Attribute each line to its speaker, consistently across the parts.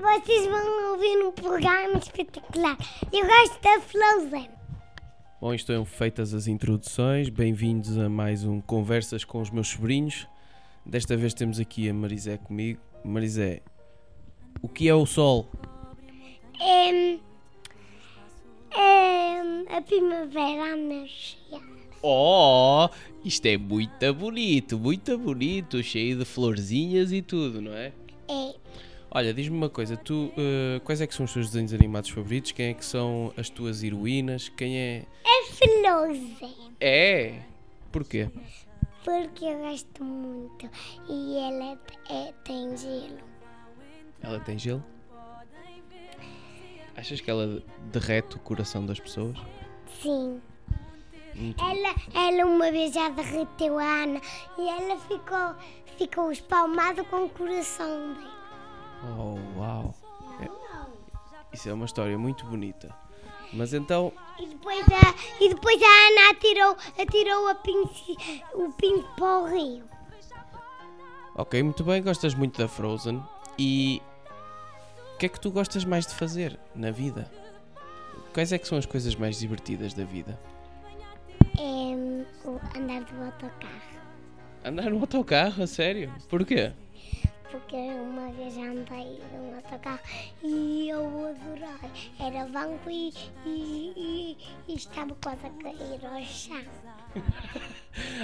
Speaker 1: Vocês vão ouvir um programa espetacular. Eu gosto da Flowzen.
Speaker 2: Bom, estão feitas as introduções. Bem-vindos a mais um Conversas com os meus sobrinhos. Desta vez temos aqui a Marisé comigo. Marisé, o que é o sol?
Speaker 1: É, é a primavera a nascer.
Speaker 2: Oh, isto é muito bonito, muito bonito, cheio de florzinhas e tudo, não é?
Speaker 1: É,
Speaker 2: Olha, diz-me uma coisa, tu eh, quais é que são os teus desenhos animados favoritos? Quem é que são as tuas heroínas? Quem é?
Speaker 1: é Flowzen.
Speaker 2: É? Porquê?
Speaker 1: Porque eu gosto muito. E ela é, tem gelo.
Speaker 2: Ela tem gelo? Achas que ela derrete o coração das pessoas?
Speaker 1: Sim. Ela, ela uma vez já derreteu a Ana e ela ficou, ficou espalmada com o coração dela.
Speaker 2: Oh, uau! Isso é uma história muito bonita. Mas então,
Speaker 1: E depois a, e depois a Ana atirou, atirou a pince, o pinto para o rio.
Speaker 2: ok, muito bem, gostas muito da Frozen e o que é que tu gostas mais de fazer na vida? Quais é que são as coisas mais divertidas da vida?
Speaker 1: É o andar de autocarro.
Speaker 2: Andar no autocarro, a sério? Porquê?
Speaker 1: Porque eu uma vez já andei num autocarro e eu adorei. Era banco e, e, e, e estava quase a cair ao chão.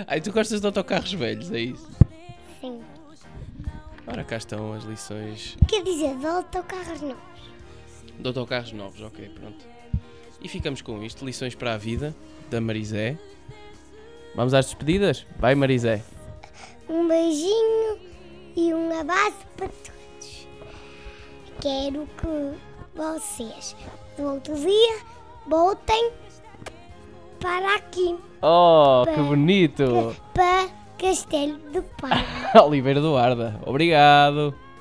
Speaker 2: Ai, tu gostas de autocarros velhos, é isso?
Speaker 1: Sim.
Speaker 2: Ora, cá estão as lições
Speaker 1: Quer dizer, de autocarros não.
Speaker 2: de autocarros novos, ok, pronto. E ficamos com isto, lições para a vida, da Marisé. Vamos às despedidas? Vai, Marisé.
Speaker 1: um beijinho e um abraço para todos. Quero que vocês do outro dia voltem para aqui,
Speaker 2: Oh, que
Speaker 1: Pé.
Speaker 2: bonito!
Speaker 1: para Castelo de Paiva.
Speaker 2: Oliveira Duarda, obrigado!